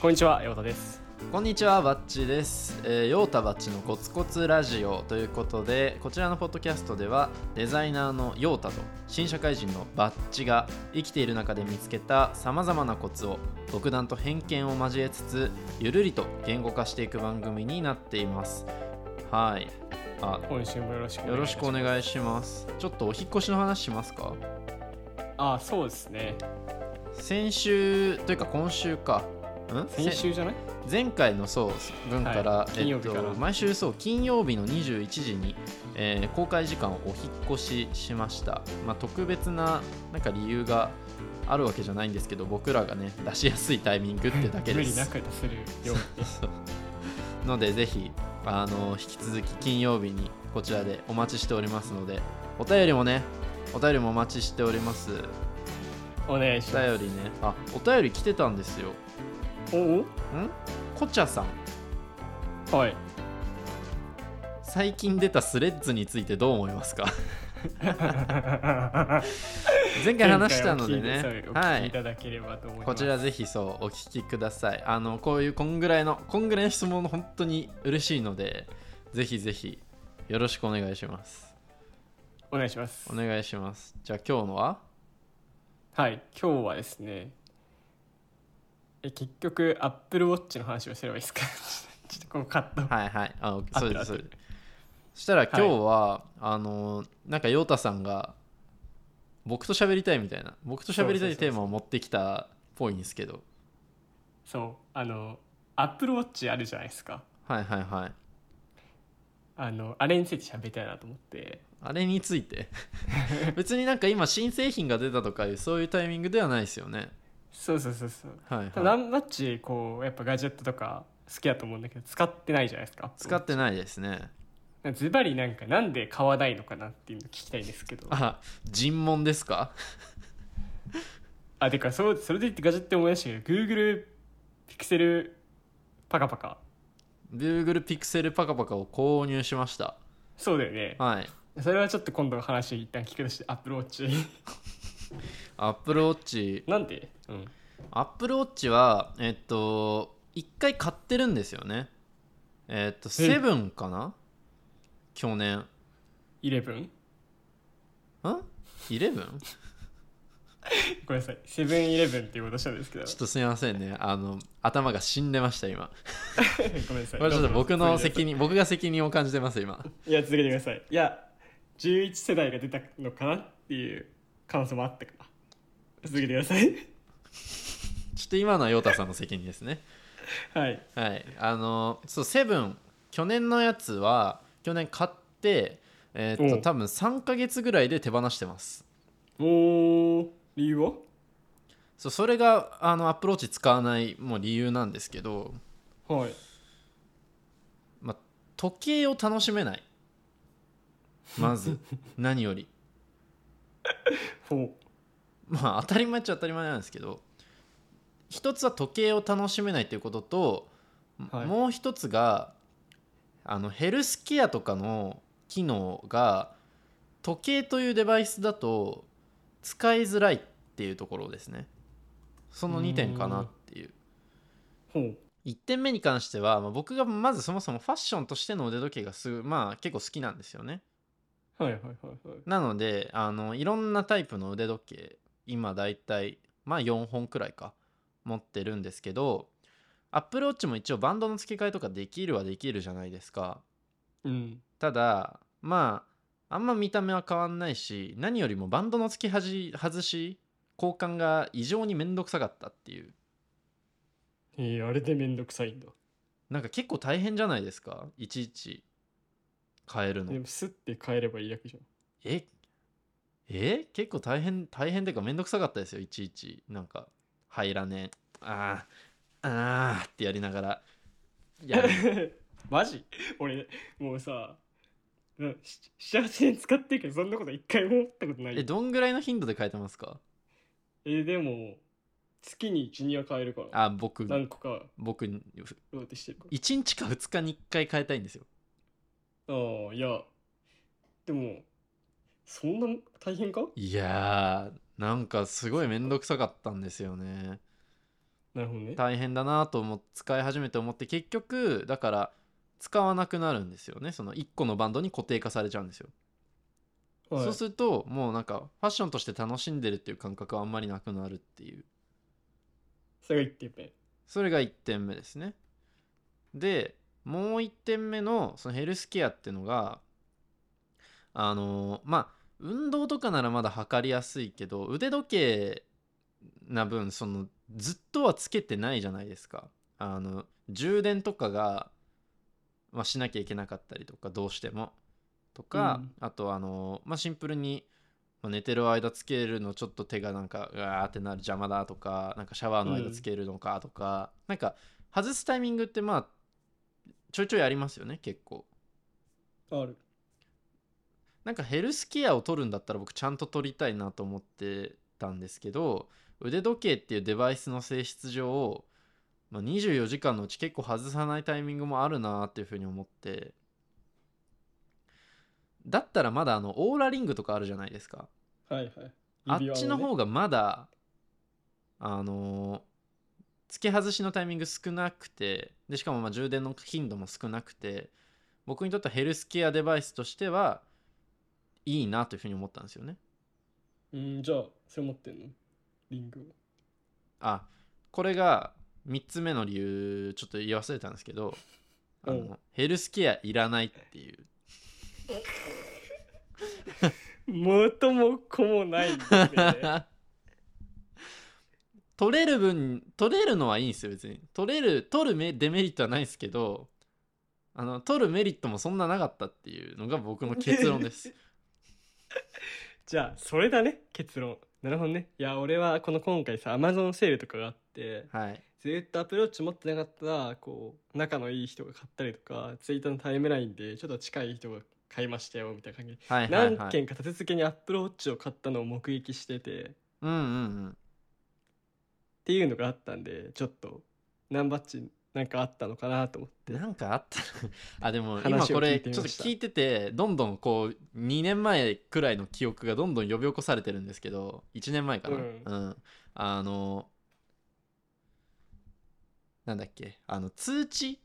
こんにちは、ようたです。こんにちはバッチです、えー、ヨータバッチのコツコツラジオということでこちらのポッドキャストではデザイナーのヨータと新社会人のバッチが生きている中で見つけたさまざまなコツを独断と偏見を交えつつゆるりと言語化していく番組になっていますはいあ今週もよろしくお願いよろしくおいし願いしますちょっとお引っ越しの話しますかます。あ、そうですね。先週というか今週かん先週じゃない前回のそう分から、はい金曜日からえっと、毎週そう金曜日の21時に、えー公開時間をお引っ越ししました、まあ、特別ななんか理由があるわけじゃないんですけど僕らがね出しやすいタイミングってだけで 無理なすく出せるように。のでぜひあの引き続き金曜日にこちらでお待ちしておりますのでお便りもねお便りもお待ちしておりますお願いしお ます。便りねあお便り来てたんですよんおこちゃさんお はい。最近出たスレッズについてどう思いま すか前回話したので前回ねお聞きおは聞きいいただければと思います。こちらぜひそうお聞きくださいあのこういうこんぐらいのこんぐらいの質問本当に嬉しいのでぜひぜひよろしくお願いしますお願いしますお。願いしますじゃあ今日のははい、今日はですね。え、結局、アップルウォッチの話をすればいいですか ちょっとこのカット。はいはいあ合そっうてでるすそ合うってですそしたら今日は、あのなんか陽太さんが僕と喋りたいみたいな僕と喋りたいテーマを持ってきたっぽいんですけどそう、あの、アップルウォッチあるじゃないですか。はいはいはいあの、あれについて喋りたいなと思って。あれにつ いて別になんか今新製品が出たとかいうそういうタイミングではないですよねそうそうそうそう。はい、たはだい、マッチこうやっぱガジェットとか好きだと思うんだけど使ってないじゃないですか使ってないですねなんかズバリなんかなんで買わないのかなっていうの聞きたいんですけどああ尋問ですかてかそうそれで言ってガジェット思い出したけど Google ピクセルパカパカ Google ピクセルパカパカを購入しましたそうだよねはいそれはちょっと今度の話一旦聞くとして Apple Watch Apple Watch なんでうん、 Apple Watch はえっと1回買ってるんですよねえっと7かな去年ん 11? 11? ごめんなさいセブンイレブンっていうことしたんですけど ちょっとすいませんねあの頭が死んでました今ごめんなさいこれちょっと僕の責任任僕が責任を感じてます今いや続けてくださいいや11世代が出たのかなっていう感想もあったから続けてくださいちょっと今のはヨータさんの責任ですね。はい。はい。あの、そう、セブン、去年のやつは、去年買って、えーっおと、う多分3ヶ月ぐらいで手放してます。おー、理由はそうそれが、あの、アプローチ使わないもう理由なんですけど、はい。時計を楽しめない。まず、何より。ほまあ、当たり前っちゃ当たり前なんですけど、一つは時計を楽しめないということと、はいもう一つがあのヘルスケアとかの機能が時計というデバイスだと使いづらいっていうところですねその2点かなっていうう。ほう。 1点目に関しては、まあ、僕がまずそもそもファッションとしての腕時計がすまあ結構好きなんですよねはいはいはいはい。なのであのいろんなタイプの腕時計今だいたいまあ4本くらいか持ってるんですけど Apple Watch も一応バンドの付け替えとかできるはできるじゃないですかうん。ただまああんま見た目は変わんないし何よりもバンドの付き外し外し交換が異常にめんどくさかったっていうえー、あれでめんどくさいんだ。なんか結構大変じゃないですかいちいち変えるのでも、スッて変えればいいだけじええ結構大変大変っていうかめんどくさかったですよいちいちなんか入らねえあーあーってやりながらやゃるん。 マジ俺、もうさ、7、8年使ってるけど、そんなこと一回も思ったことなえい。どんぐらいの頻度で変えてますかえー、でも、月に1、2は変えるから。あ僕何個か僕1ローテしてるか日か2日に1回変えたいんですよら。ああ、いや、でも、そんな大変かいやーなんかすごいめんどくさかったんですよねなるほどね大変だなと思って使い始めて思って結局だから使わなくなるんですよねその1個のバンドに固定化されちゃうんですよはいそうするともうなんかファッションとして楽しんでるっていう感覚はあんまりなくなるっていうそれが1点目それが1点目ですねでもう1点目のそのヘルスケアってのがあのまあ運動とかならまだ測りやすいけど腕時計な分そのずっとはつけてないじゃないですかあの充電とかが、まあ、しなきゃいけなかったりとかどうしてもとか、うんあとあの、まあ、シンプルにまあ寝てる間つけるのちょっと手がなんかうわーってなる邪魔だとかなんかシャワーの間つけるのかとか、なんか外すタイミングってまあちょいちょいありますよね結構あるなんかヘルスケアを取るんだったら僕ちゃんと取りたいなと思ってたんですけど腕時計っていうデバイスの性質上、まあ、24時間のうち結構外さないタイミングもあるなっていうふうに思ってだったらまだあのオーラリングとかあるじゃないですかはいはいあっ指輪ちのね方がまだあのー付け外しのタイミング少なくてでしかもまあ充電の頻度も少なくて僕にとってはヘルスケアデバイスとしてはいいなというふうに思ったんですよねうんじゃあそれ持ってんのリングをあこれが3つ目の理由ちょっと言い忘れたんですけどあの、うヘルスケアいらないっていう元も子もないんだね 取れる分取れるのはいいんですよ別に取れる取るメデメリットはないですけどあの取るメリットもそんななかったっていうのが僕の結論です じゃあそれだね結論なるほどねいや俺はこの今回さアマゾンセールとかがあってはいずっとアプローチ持ってなかったらこう仲のいい人が買ったりとかツイートのタイムラインでちょっと近い人が買いましたよみたいな感じではいはいは何い件か立て続けにアップルウォッチを買ったのを目撃しててっうんうんていうのがあったんでちょっと何バッチなんかあったのかなと思ってうんなんか あったなあでも今話をこ聞れいてちみまょっとした聞いててどんどんこう2年前くらいの記憶がどんどん呼び起こされてるんですけど1年前かなううんん、あのなんだっけあの通知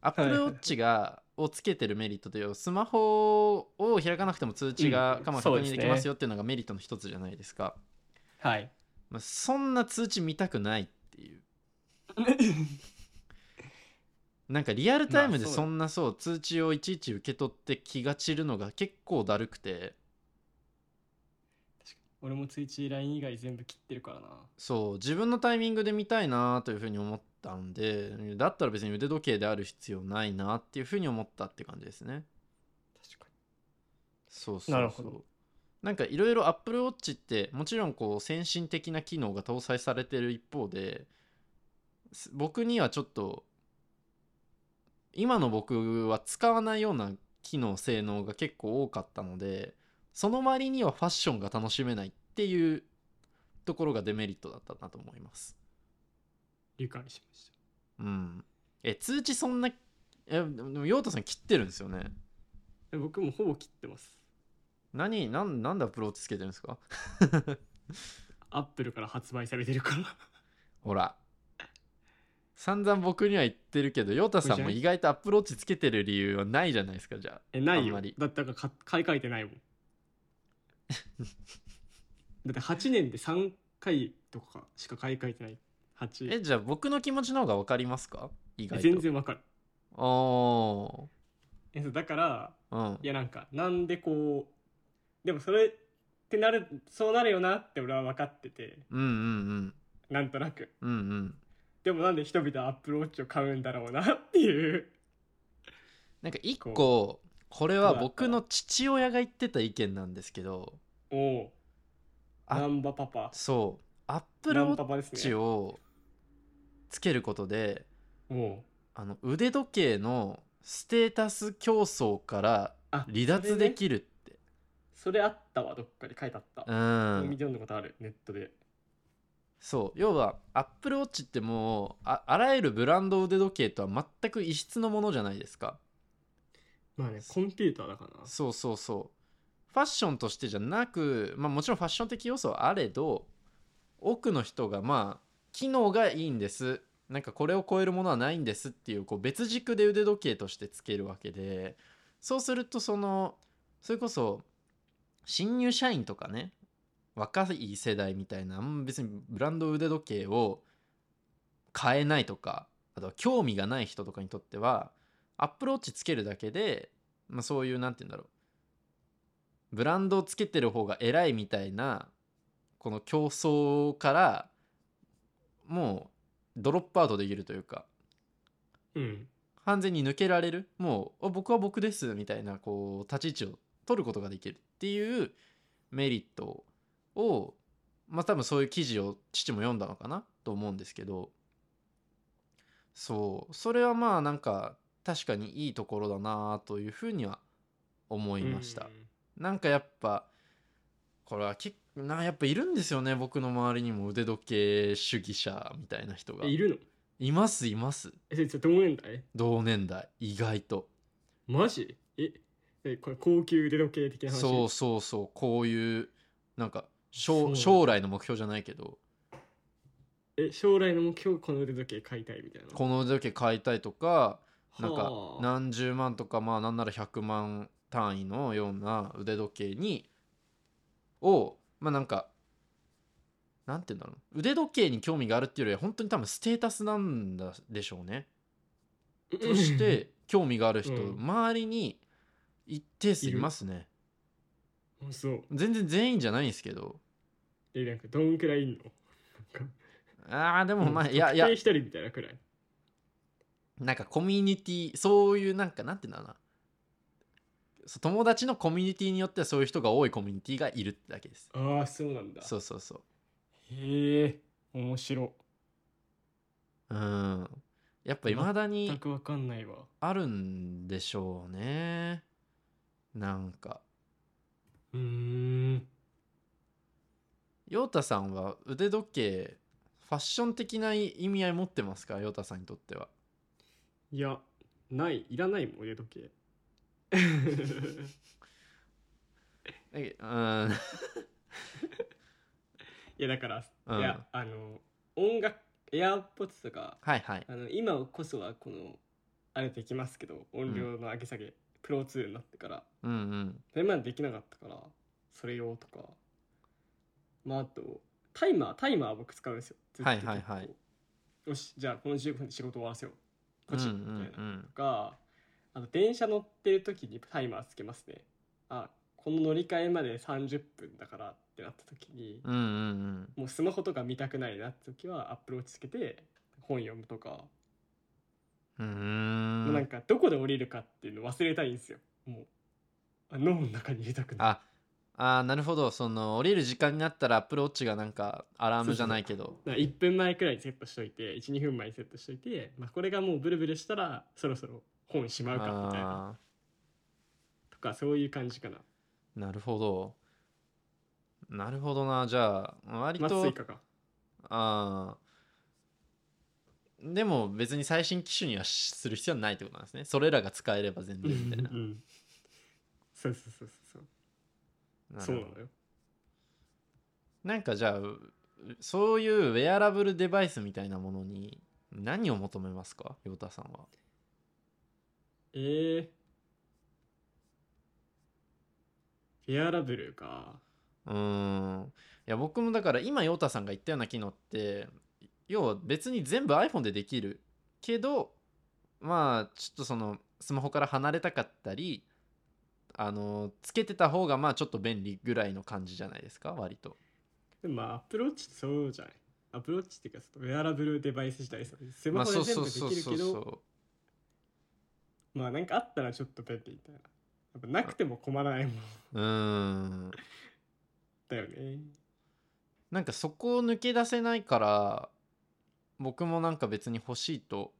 アップはいルはいウォッチがをつけてるメリットというスマホを開かなくても通知がうんかまあそ確うです認ねできますよっていうのがメリットの一つじゃないですか、はいまあ、そんな通知見たくないっていうなんかリアルタイムでまあそうそんなそう通知をいちいち受け取って気が散るのが結構だるくて 俺も通知 LINE 以外全部切ってるからなそう自分のタイミングで見たいなというふうに思ったんでだったら別に腕時計である必要ないなっていうふうに思ったって感じですね確かそうそうそうなるほどなんかいろいろ Apple Watch ってもちろんこう先進的な機能が搭載されてる一方です僕にはちょっと今の僕は使わないような機能性能が結構多かったのでその割にはファッションが楽しめないっていうところがデメリットだったなと思います理解しましうんえ通知そんなえでもヨウタさん切ってるんですよねた僕もほぼ切ってます何なんなんでアプローチつけてるんですかアップルから発売されてるから ほら。散々僕には言ってるけど、ヨタさんも意外とアプローチつけてる理由はないじゃないですか、じゃあ。えなあいんよまりだったからか買い替えてないも んだって8年で3回とかしか買い替えてない8え、じゃあ僕の気持ちの方が分かりますか意外と。全。然わかるあーえそうだからうんい。やなんかなんでこうでもそれってなるそうなるよなって俺は分かっててうんうんなんとなくうん。うんうん。でもなんで人々はアップルウォッチを買うんだろうなっていうなんか一個、これは僕の父親が言ってた意見なんですけど、おうあナンバパパそう、アップルナウォンパッパですチねをつけることで、おうあの腕時計のステータス競争からあ離それ脱でねきるって。それあったわどっかに書いてあったう見ん。て読んだことあるネットでそう要はアップルウォッチってもうああらゆるブランド腕時計とは全く異質のものじゃないですかまあねコンピューターだからなそうそうそうファッションとしてじゃなく、まあ、もちろんファッション的要素はあれど多くの人がまあ機能がいいんですなんかこれを超えるものはないんですっていうこう別軸で腕時計としてつけるわけでそうするとそのそれこそ新入社員とかね若い世代みたいなあんま別にブランド腕時計を買えないとかあとは興味がない人とかにとってはアップローチつけるだけで、まあ、そういうなんて言うんだろうブランドをつけてる方が偉いみたいなこの競争からもうドロップアウトできるというかうん完全に抜けられるもうあ僕は僕ですみたいなこう立ち位置を取ることができるっていうメリットをまあ多分そういう記事を父も読んだのかなと思うんですけどそうそれはまあなんか確かにいいところだなというふうには思いました。なんかやっぱこれは結構なやっぱいるんですよね僕の周りにも腕時計主義者みたいな人がえいるのいますいますえそれ同年代同年代意外とマジええこれ高級腕時計的な話そうそうそうこういうなんかそ将う将来の目標じゃないけどえ将来の目標この腕時計買いたいみたいなこの腕時計買いたいとかなんかはあ何十万とかまあなんなら100万単位のような腕時計にをまあなんかなんて言うんだろう腕時計に興味があるっていうよりは本当に多分ステータスなんだでしょうね。そして興味がある人、うん周りに一定数いますね。あ そう全然全員じゃないんですけど。えなんかどんくらいいんのなんかああでもまあうんいやいや特定一人みたいなくらいなんかコミュニティそういうなんかなんていうんだろうなそう友達のコミュニティによってはそういう人が多いコミュニティがいるってだけですああそうなんだそうそうそへえ面白ううんやっぱいまだ全にくわかんないわあるんでしょうねなんかうーん陽太さんは腕時計ファッション的な意味合い持ってますか陽太さんにとってはいやないいらないもん腕時計 えうん いやだから、うんいやあの音楽エアポッツとかはいはいあの今こそはこのあれできますけど音量の上げ下げ、プロ2になってからうんうんそれまでできなかったからそれ用とかまああとタイマータイマーは僕使うんですよずっとはいはいはい結構よしじゃあこの15分で仕事終わらせようポうんうチッみたいな、んとかあの電車乗ってる時にタイマーつけますねあこの乗り換えまで30分だからってなった時に、うんうんうんもうスマホとか見たくないなって時はアップローチつけて本読むとか、うんうもうなんんかどこで降りるかっていうの忘れたいんですよもうあ脳の中に入れたくないああーなるほどその降りる時間になったらアップルウォッチがなんかアラームじゃないけどだから1分前くらいにセットしといて12分前にセットしといて、まあ、これがもうブルブルしたらそろそろ本しまうかみたいなあとかそういう感じかなーなるほどなるほどなじゃあ割まあと追加かあーでも別に最新機種にはしする必要はないってことなんですねそれらが使えれば全う然みたいなんそうそうそうそうなそうるなほどのよなんかじゃあうそういうウェアラブルデバイスみたいなものに何を求めますか陽太さんはえー、フェアラブルかうーん。いや、僕もだから今、ヨタさんが言ったような機能って、要は別に全部 iPhone でできるけど、まあ、ちょっとその、スマホから離れたかったり、あの、つけてた方が、まあ、ちょっと便利ぐらいの感じじゃないですか、割と。でもまあアプローチってそうじゃないアプローチっていうかそのウェアラブルデバイス自体さスマまあ、ホそでう全そ部うできそうるそうけそどう。まあなんかあったらちょっと便利みたいなやっぱなくても困らないもんうーん。だよねなんかそこを抜け出せないから、僕もなんか別に欲しいと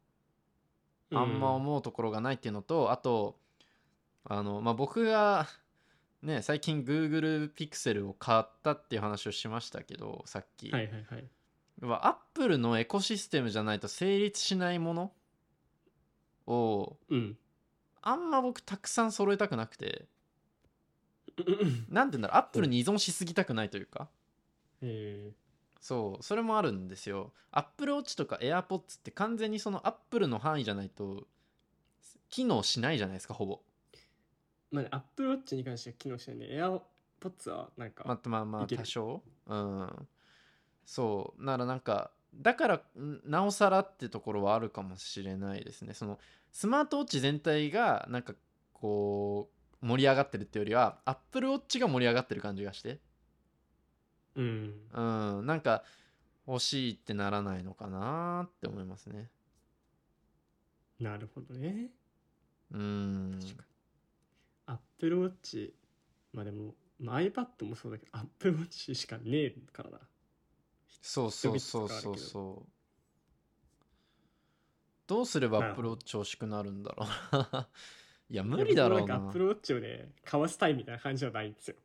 あんまう思うところがないっていうのと、あとあの、まあ、僕がね最近 Google Pixel を買ったっていう話をしましたけどさっき、はいはいはいアップルのエコシステムじゃないと成立しないものを うんあんま僕たくさん揃えたくなくてなんて言うんだろうアップルに依存しすぎたくないというかえそうそれもあるんですよ Apple Watch とか AirPods って完全にその Apple の範囲じゃないと機能しないじゃないですかほぼまあねアップルウォッチに関しては機能してないんでエアポッツはなんか、まあまあまあいける多少うんそうならなんかだからんなおさらってところはあるかもしれないですねそのスマートウォッチ全体がなんかこう盛り上がってるってよりはアップルウォッチが盛り上がってる感じがしてうんうんなんか欲しいってならないのかなって思いますねなるほどねうん確かにアップルウォッチまあでも、まあ、iPad もそうだけどアップルウォッチしかねえからなそうそうそうそうそうどうすればなアるッほプルどウォッチ欲しくなるんだろうな いや無理だろういや僕もなんかアなップルウォッチをね買わせたいみたいな感じはないんですよ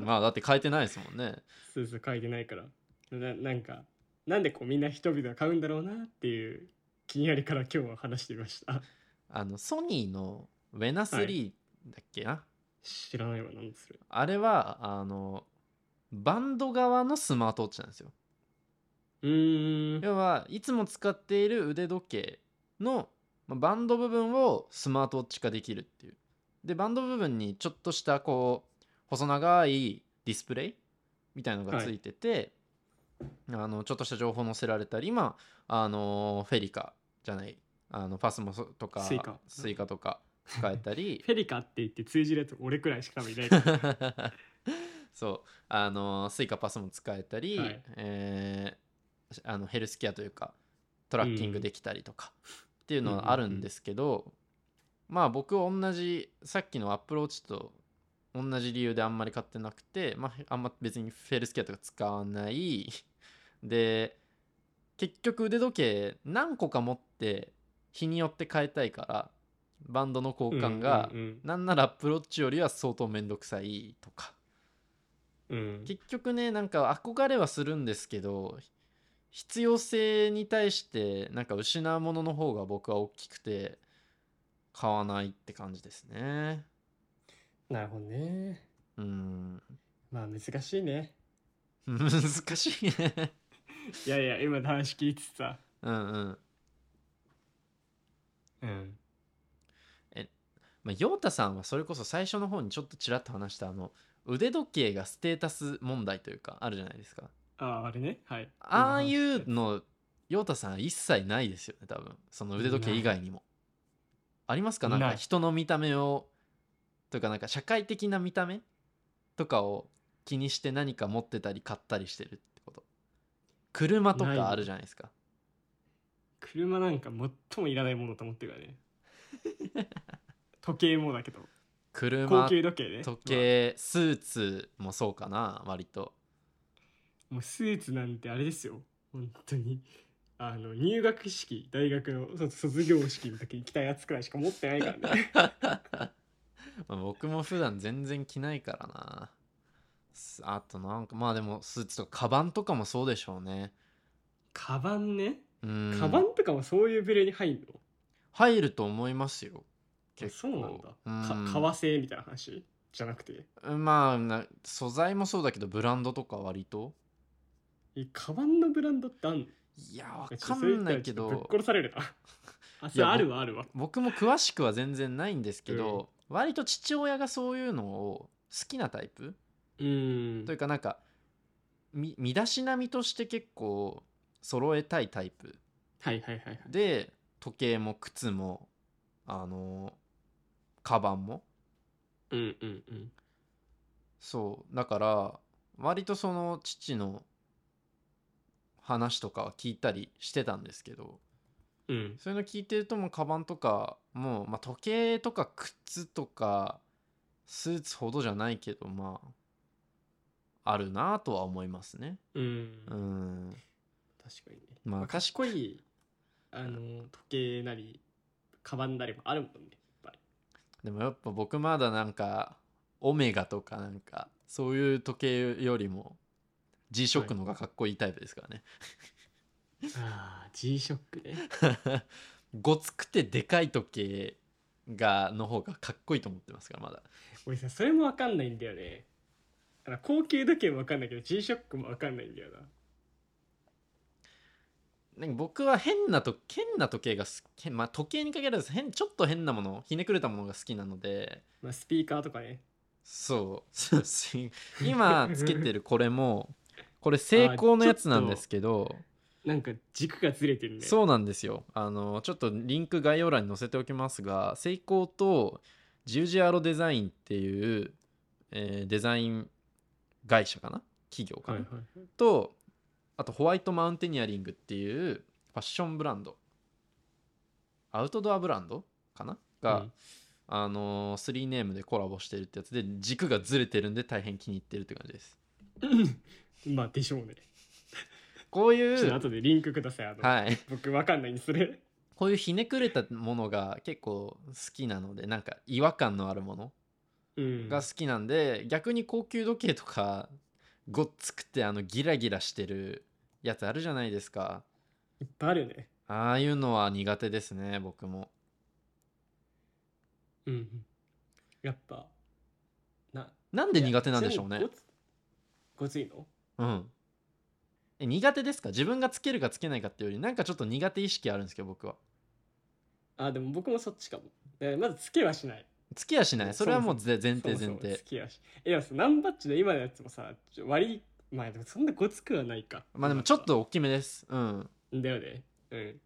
まあだって変えてないですもんね。スーツ書いてないからななんかなんでこうみんな人々が買うんだろうなっていう気になりから今日は話してみましたあのソニーのウェナは3だっけな、知らないわ何するあれはあのバンド側のスマートウォッチなんですよ。うーん要はいつも使っている腕時計のまあバンド部分をスマートウォッチ化できるっていう。でバンド部分にちょっとしたこう細長いディスプレイみたいのがついてて、あのちょっとした情報載せられたり今あのフェリカじゃないあのパスモそとかスイカスイカとか使えた りフェリカって言って通じるやつ俺くらいしか多分いないから そうあのスイカパスも使えたり、はいえーあのヘルスケアというかトラッキングできたりとか、っていうのはあるんですけど、まあ僕同じさっきのアップローチと同じ理由であんまり買ってなくて、まあ、あんま別にフェルスケアとか使わないで結局腕時計何個か持って日によって変えたいからバンドの交換が、うんうんなんならアップローチよりは相当めんどくさいとかうん、結局ねなんか憧れはするんですけど必要性に対してなんか失うものの方が僕は大きくて買わないって感じですねなるほどねうん まあ難しいね難しいね いやいや今の話聞いてさうんうんうんまあ陽太さんはそれこそ最初の方にちょっとちらっと話したあの腕時計がステータス問題というかあるじゃないですかあああれねはいああいうの陽太さん一切ないですよね多分その腕時計以外にもありますかなんなかい人の見た目をというかなんか社会的な見た目とかを気にして何か持ってたり買ったりしてるってこと車とないかあるじゃないですか車なんか最もいらないものと思ってるからね 時計もだけど高車級時計ね時まあ計スーツもそうかな割ともうスーツなんてあれですよ本当にあの入学式大学のそ卒業式の時に着たやつくらいしか持ってないからね まあ僕も普段全然着ないからなすあとなんかまあでもスーツとかカバンとかもそうでしょうねカバンねうんカバンとかもそういう部類に入んの、入ると思いますよ結そうなん構だ、うんか革製みたいな話じゃなくてまあな素材もそうだけどブランドとか割とえカバンのブランドってあんのいやわかんないけそれ言ったらちょっとぶっど殺されるなあそれあるわあるわ僕も詳しくは全然ないんですけど、割と父親がそういうのを好きなタイプうんというかなんかみ身だしなみとして結構揃えたいタイプはいはいはいはいで時計も靴もあのカバンもうんうんうんそうだから割とその父の話とかは聞いたりしてたんですけどうんそういうの聞いてるともうカバンとかもう、まあ、時計とか靴とかスーツほどじゃないけどまああるなとは思いますねうんうん確かにね、まあまあ、賢いあの時計なりカバンなりもあるもんねでもやっぱ僕まだなんかオメガとかなんかそういう時計よりも G ショックの方がかっこいいタイプですからねああ G ショックね ごつくてでかい時計がの方がかっこいいと思ってますからまだ俺さそれも分かんないんだよねあの高級時計も分かんないけど G ショックも分かんないんだよななんか僕は変なと変な時計が好き、変まあ、時計に限らず変ちょっと変なものひねくれたものが好きなのでまあ、スピーカーとかねそうそう し今つけてるこれもこれ成功のやつなんですけどなんか軸がずれてるねそうなんですよあのちょっとリンク概要欄に載せておきますがセイコーとジュージアロデザインっていう、えーデザイン会社かな企業かはな、いはいとあとホワイトマウンテニアリングっていうファッションブランドアウトドアブランドかなが、うんあのー、3ネームでコラボしてるってやつで軸がずれてるんで大変気に入ってるって感じですまあでしょうねこうちょっいとう後でリンクくださいあの、はい 僕わかんないんですねこういうひねくれたものが結構好きなのでなんか違和感のあるものうんが好きなんで、逆に高級時計とか ごっつくてあのギラギラしてるやつあるじゃないですかいっぱいあるよねああいうのは苦手ですね僕もうんうんやっぱななんで苦手なんでしょうねごつごついのうんえ苦手ですか自分がつけるかつけないかっていうよりなんかちょっと苦手意識あるんですけど僕はあでも僕もそっちかもだからまずつけはしないつけやしないそれはもうぜ前そ提も前そも提つけはしいやナンバッチの今のやつもさちょ割りまあでもそんなごつくはないかまあでもちょっと大きめですうんだよねうん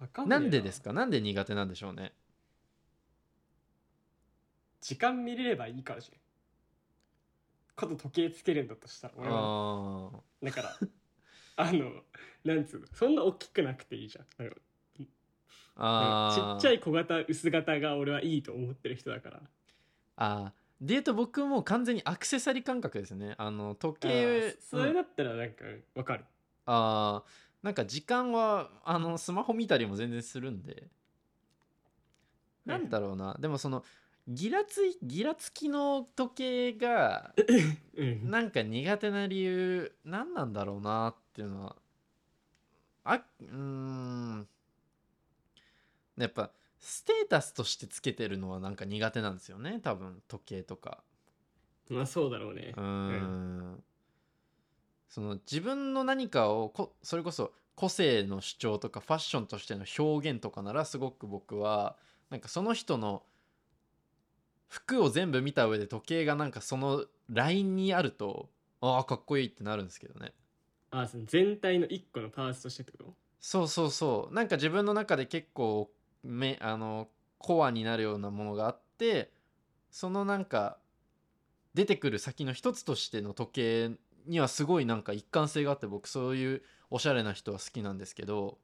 わかんねえなんでですかなんで苦手なんでしょうね時間見れればいいからじゃんこと時計つけるんだとしたらあ俺はーだから あのなんつうのそんな大きくなくていいじゃんあのあちーっちゃい小型薄型が俺はいいと思ってる人だからあーで言うと僕も完全にアクセサリー感覚ですねあの時あ計ーそれうんだったらなんかわかる、あーなんか時間はあのスマホ見たりも全然するんではないんだろうなでもそのギラついギラつきの時計がうん、なんか苦手な理由何なんだろうなっていうのはあうーんやっぱステータスとしてつけてるのはなんか苦手なんですよね多分時計とかまあそうだろうねうーんその自分の何かをこそれこそ個性の主張とかファッションとしての表現とかならすごく僕はなんかその人の服を全部見た上で時計がなんかそのラインにあるとああかっこいいってなるんですけどねあその全体の一個のパーツとしてってことそうそうそうなんか自分の中で結構めあのコアになるようなものがあってそのなんか出てくる先の一つとしての時計にはすごいなんか一貫性があって僕そういうおしゃれな人は好きなんですけど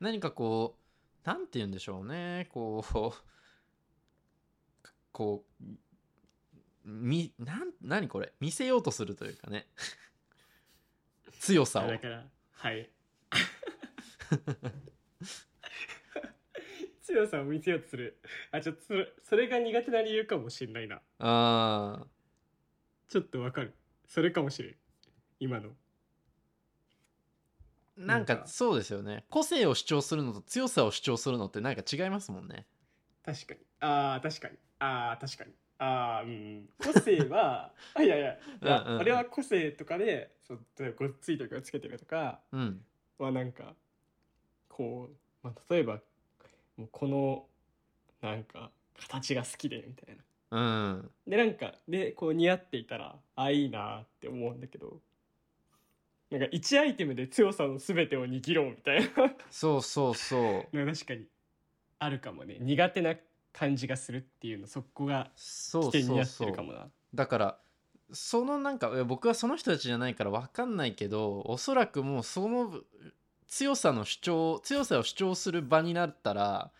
何かこうなんて言うんでしょうねこうこう みなん何これ見せようとするというかね強さあをだからはい 強さを見せようとするあちょっとそれそれが苦手な理由かもしれないなああちょっとわかるそれかもしれん今のなんなんかかそうですよね個性を主張するのと強さを主張するのってなんか違いますもんね確かにあー確かにあー確かにあーうん個性 はあいやいやいやうんうんうんあれは個性とかでそう例えばごっついとかつけてるとかうんはなんかこう、まあ、例えばもうこのなんか形が好きでみたいなうんでなんかでこう似合っていたらあいいなって思うんだけどなんか1アイテムで強さの全てを握ろうみたいそうそうそうな確かにあるかもね苦手な感じがするっていうのそこがそ起うそ点になっうてそるうかもなだからそのなんかいや僕はその人たちじゃないから分かんないけどおそらくもうその強さの主張強さを主張する場になったら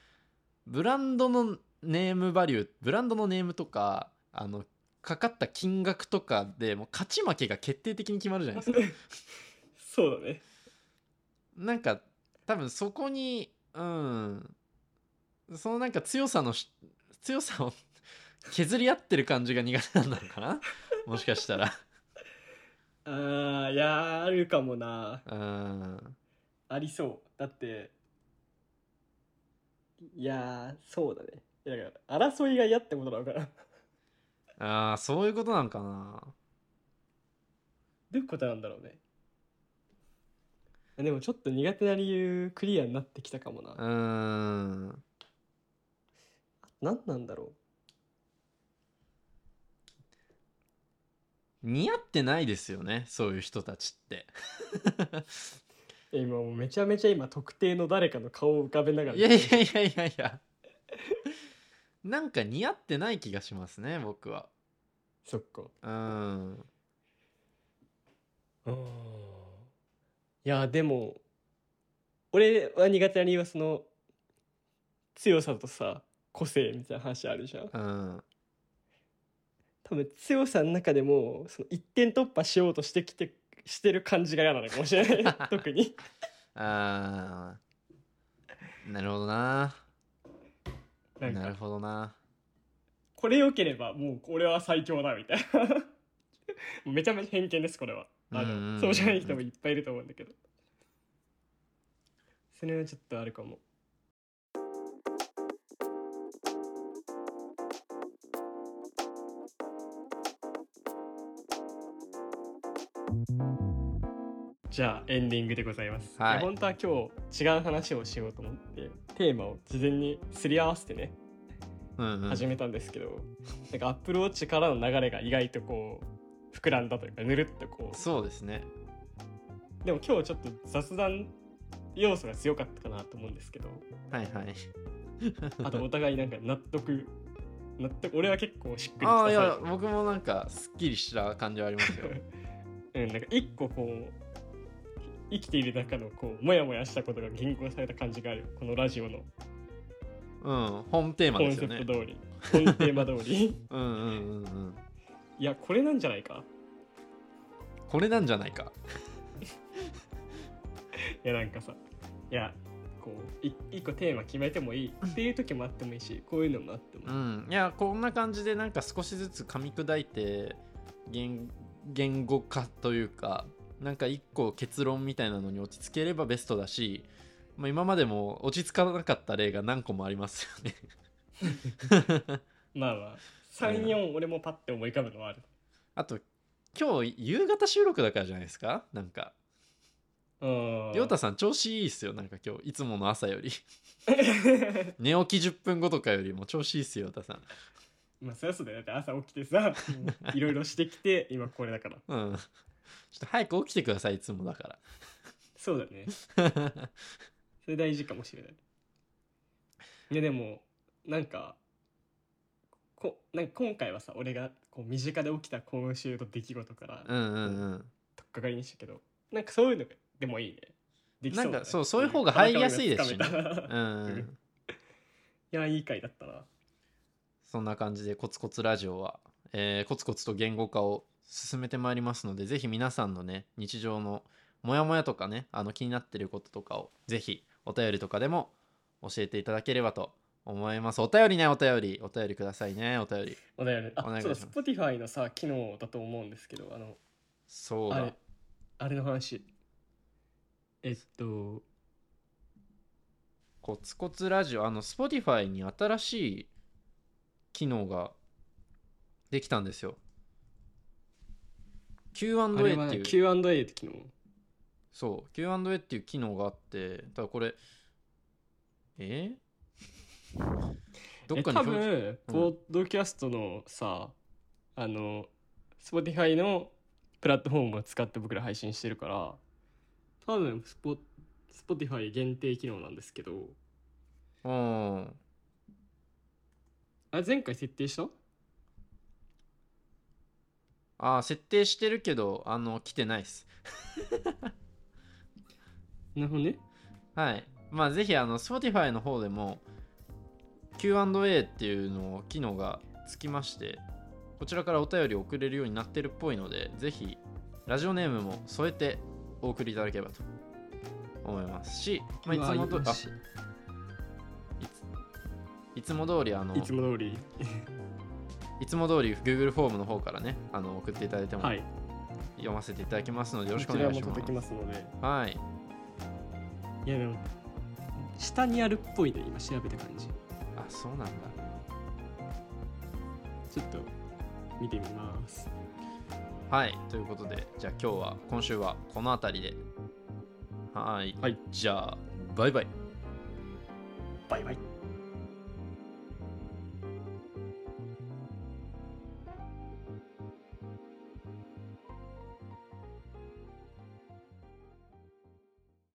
ブランドのネームバリューブランドのネームとかあのかかった金額とかでもう勝ち負けが決定的に決まるじゃないですかそうだねなんか多分そこにうんそのなんか強さのし強さを 削り合ってる感じが苦手なんだろうかなもしかしたらあーいやーあるかもなうんありそうだっていやーそうだねいやだから争いが嫌ってことだからあーそういうことなんかなどういうことなんだろうねでもちょっと苦手な理由クリアになってきたかもな、うーん何なんだろ似合ってないですよねそういう人たちってうえ今もうめちゃめちゃ今特定の誰かの顔を浮かべながらいやいやいやいやいやなんか似合ってない気がしますね僕はそっかうーんうんいやでも俺は苦手な理由はその強さとさ個性みたいな話あるじゃんうん多分強さの中でもその一点突破しようとしてきてしてる感じが嫌なのかもしれない特にあーなるほどななんなるかほどなこれ良ければもうこれは最強だみたいな もうめちゃめちゃ偏見ですこれはあうんうんうんうのんそうじゃない人もいっぱいいると思うんだけどそれはちょっとあるかもじゃあエンディングでございます、はいや本当は今日違う話をしようと思ってテーマを事前にすり合わせてねうんうん始めたんですけど、なんかアップルウォッチからの流れが意外とこう膨らんだというかぬるっとこそうですねうでも今日ちょっと雑談要素が強かったかなと思うんですけどはいはいあとお互いなんか納 得納得俺は結構しっくりきああたいや最後僕もなんかすっきりした感じはあり ますようんなんか一個こう生きている中のこうモヤモヤしたことが言語化された感じがあるこのラジオのうん本テーマコでンすセよプねト通り本テーマ通り うんうんうんうんいやこれなんじゃないかこれなんじゃないかいやなんかさいやこうい一個テーマ決めてもいいっていう時もあってもいいしこういうのもあってもいい、うんいやこんな感じでなんか少しずつ噛み砕いて言言語化というかなんか一個結論みたいなのに落ち着ければベストだし、まあ、今までも落ち着かなかった例が何個もありますよね まあまあ34俺もパッて思い浮かぶのはある あと今日夕方収録だからじゃないですかなんかうん亮太さん調子いいっすよなんか今日いつもの朝より 寝起き10分後とかよりも調子いいっすよ亮太さん まあそりゃそうだよだって朝起きてさいろいろしてきて今これだからうんちょっと早く起きてくださいいつもだかそうだねらそれ大事かもしれないいやでもなんかこなんか今回はさ俺がこう身近で起きた今週の出来事から うんうんうん取っかかりにしたけどなんかそういうのでもいいねできそうだねなんかそうそういう方が入りやすいですしね田中がつかめうたん、いやいい回だったなそんな感じでコツコツラジオは、えーコツコツと言語化を進めてまいりますのでぜひ皆さんのね日常のモヤモヤとかねあの気になってることとかをぜひお便りとかでも教えていただければと思いますお便りねお便りお便りくださいねお便りお便りお願あいそうだしま Spotify のさ機能だと思うんですけどあのそうあだれあれの話えっとコツコツラジオあの Spotify に新しい機能ができたんですよあ Q&A れっはてねいう Q&A って機能そう Q&A っていう機能があってただこれえ どっえかに多表示分うんポッドキャストのさあの Spotify のプラットフォームを使って僕ら配信してるから多分スポ Spotify 限定機能なんですけどうんあれ前回設定したあー設定してるけどあの来てないっすなるほどねはいまあぜひあの Spotify の方でも Q&A っていうのを機能がつきましてこちらからお便りを送れるようになってるっぽいのでぜひラジオネームも添えてお送りいただければと思いますし、まあ、いつもとうわあいついつも通りあのいつも通りいつも通り Google フォームの方からねあの送っていただいてもはい読ませていただきますのでよろしくこおちら願いもします。届きますのではい、いやでも下にあるっぽいで今調べた感じあそうなんだ。ちょっと見てみますはいということでじゃあ今日は今週はこの辺りで。はい、はいじゃあバイバイバイバイ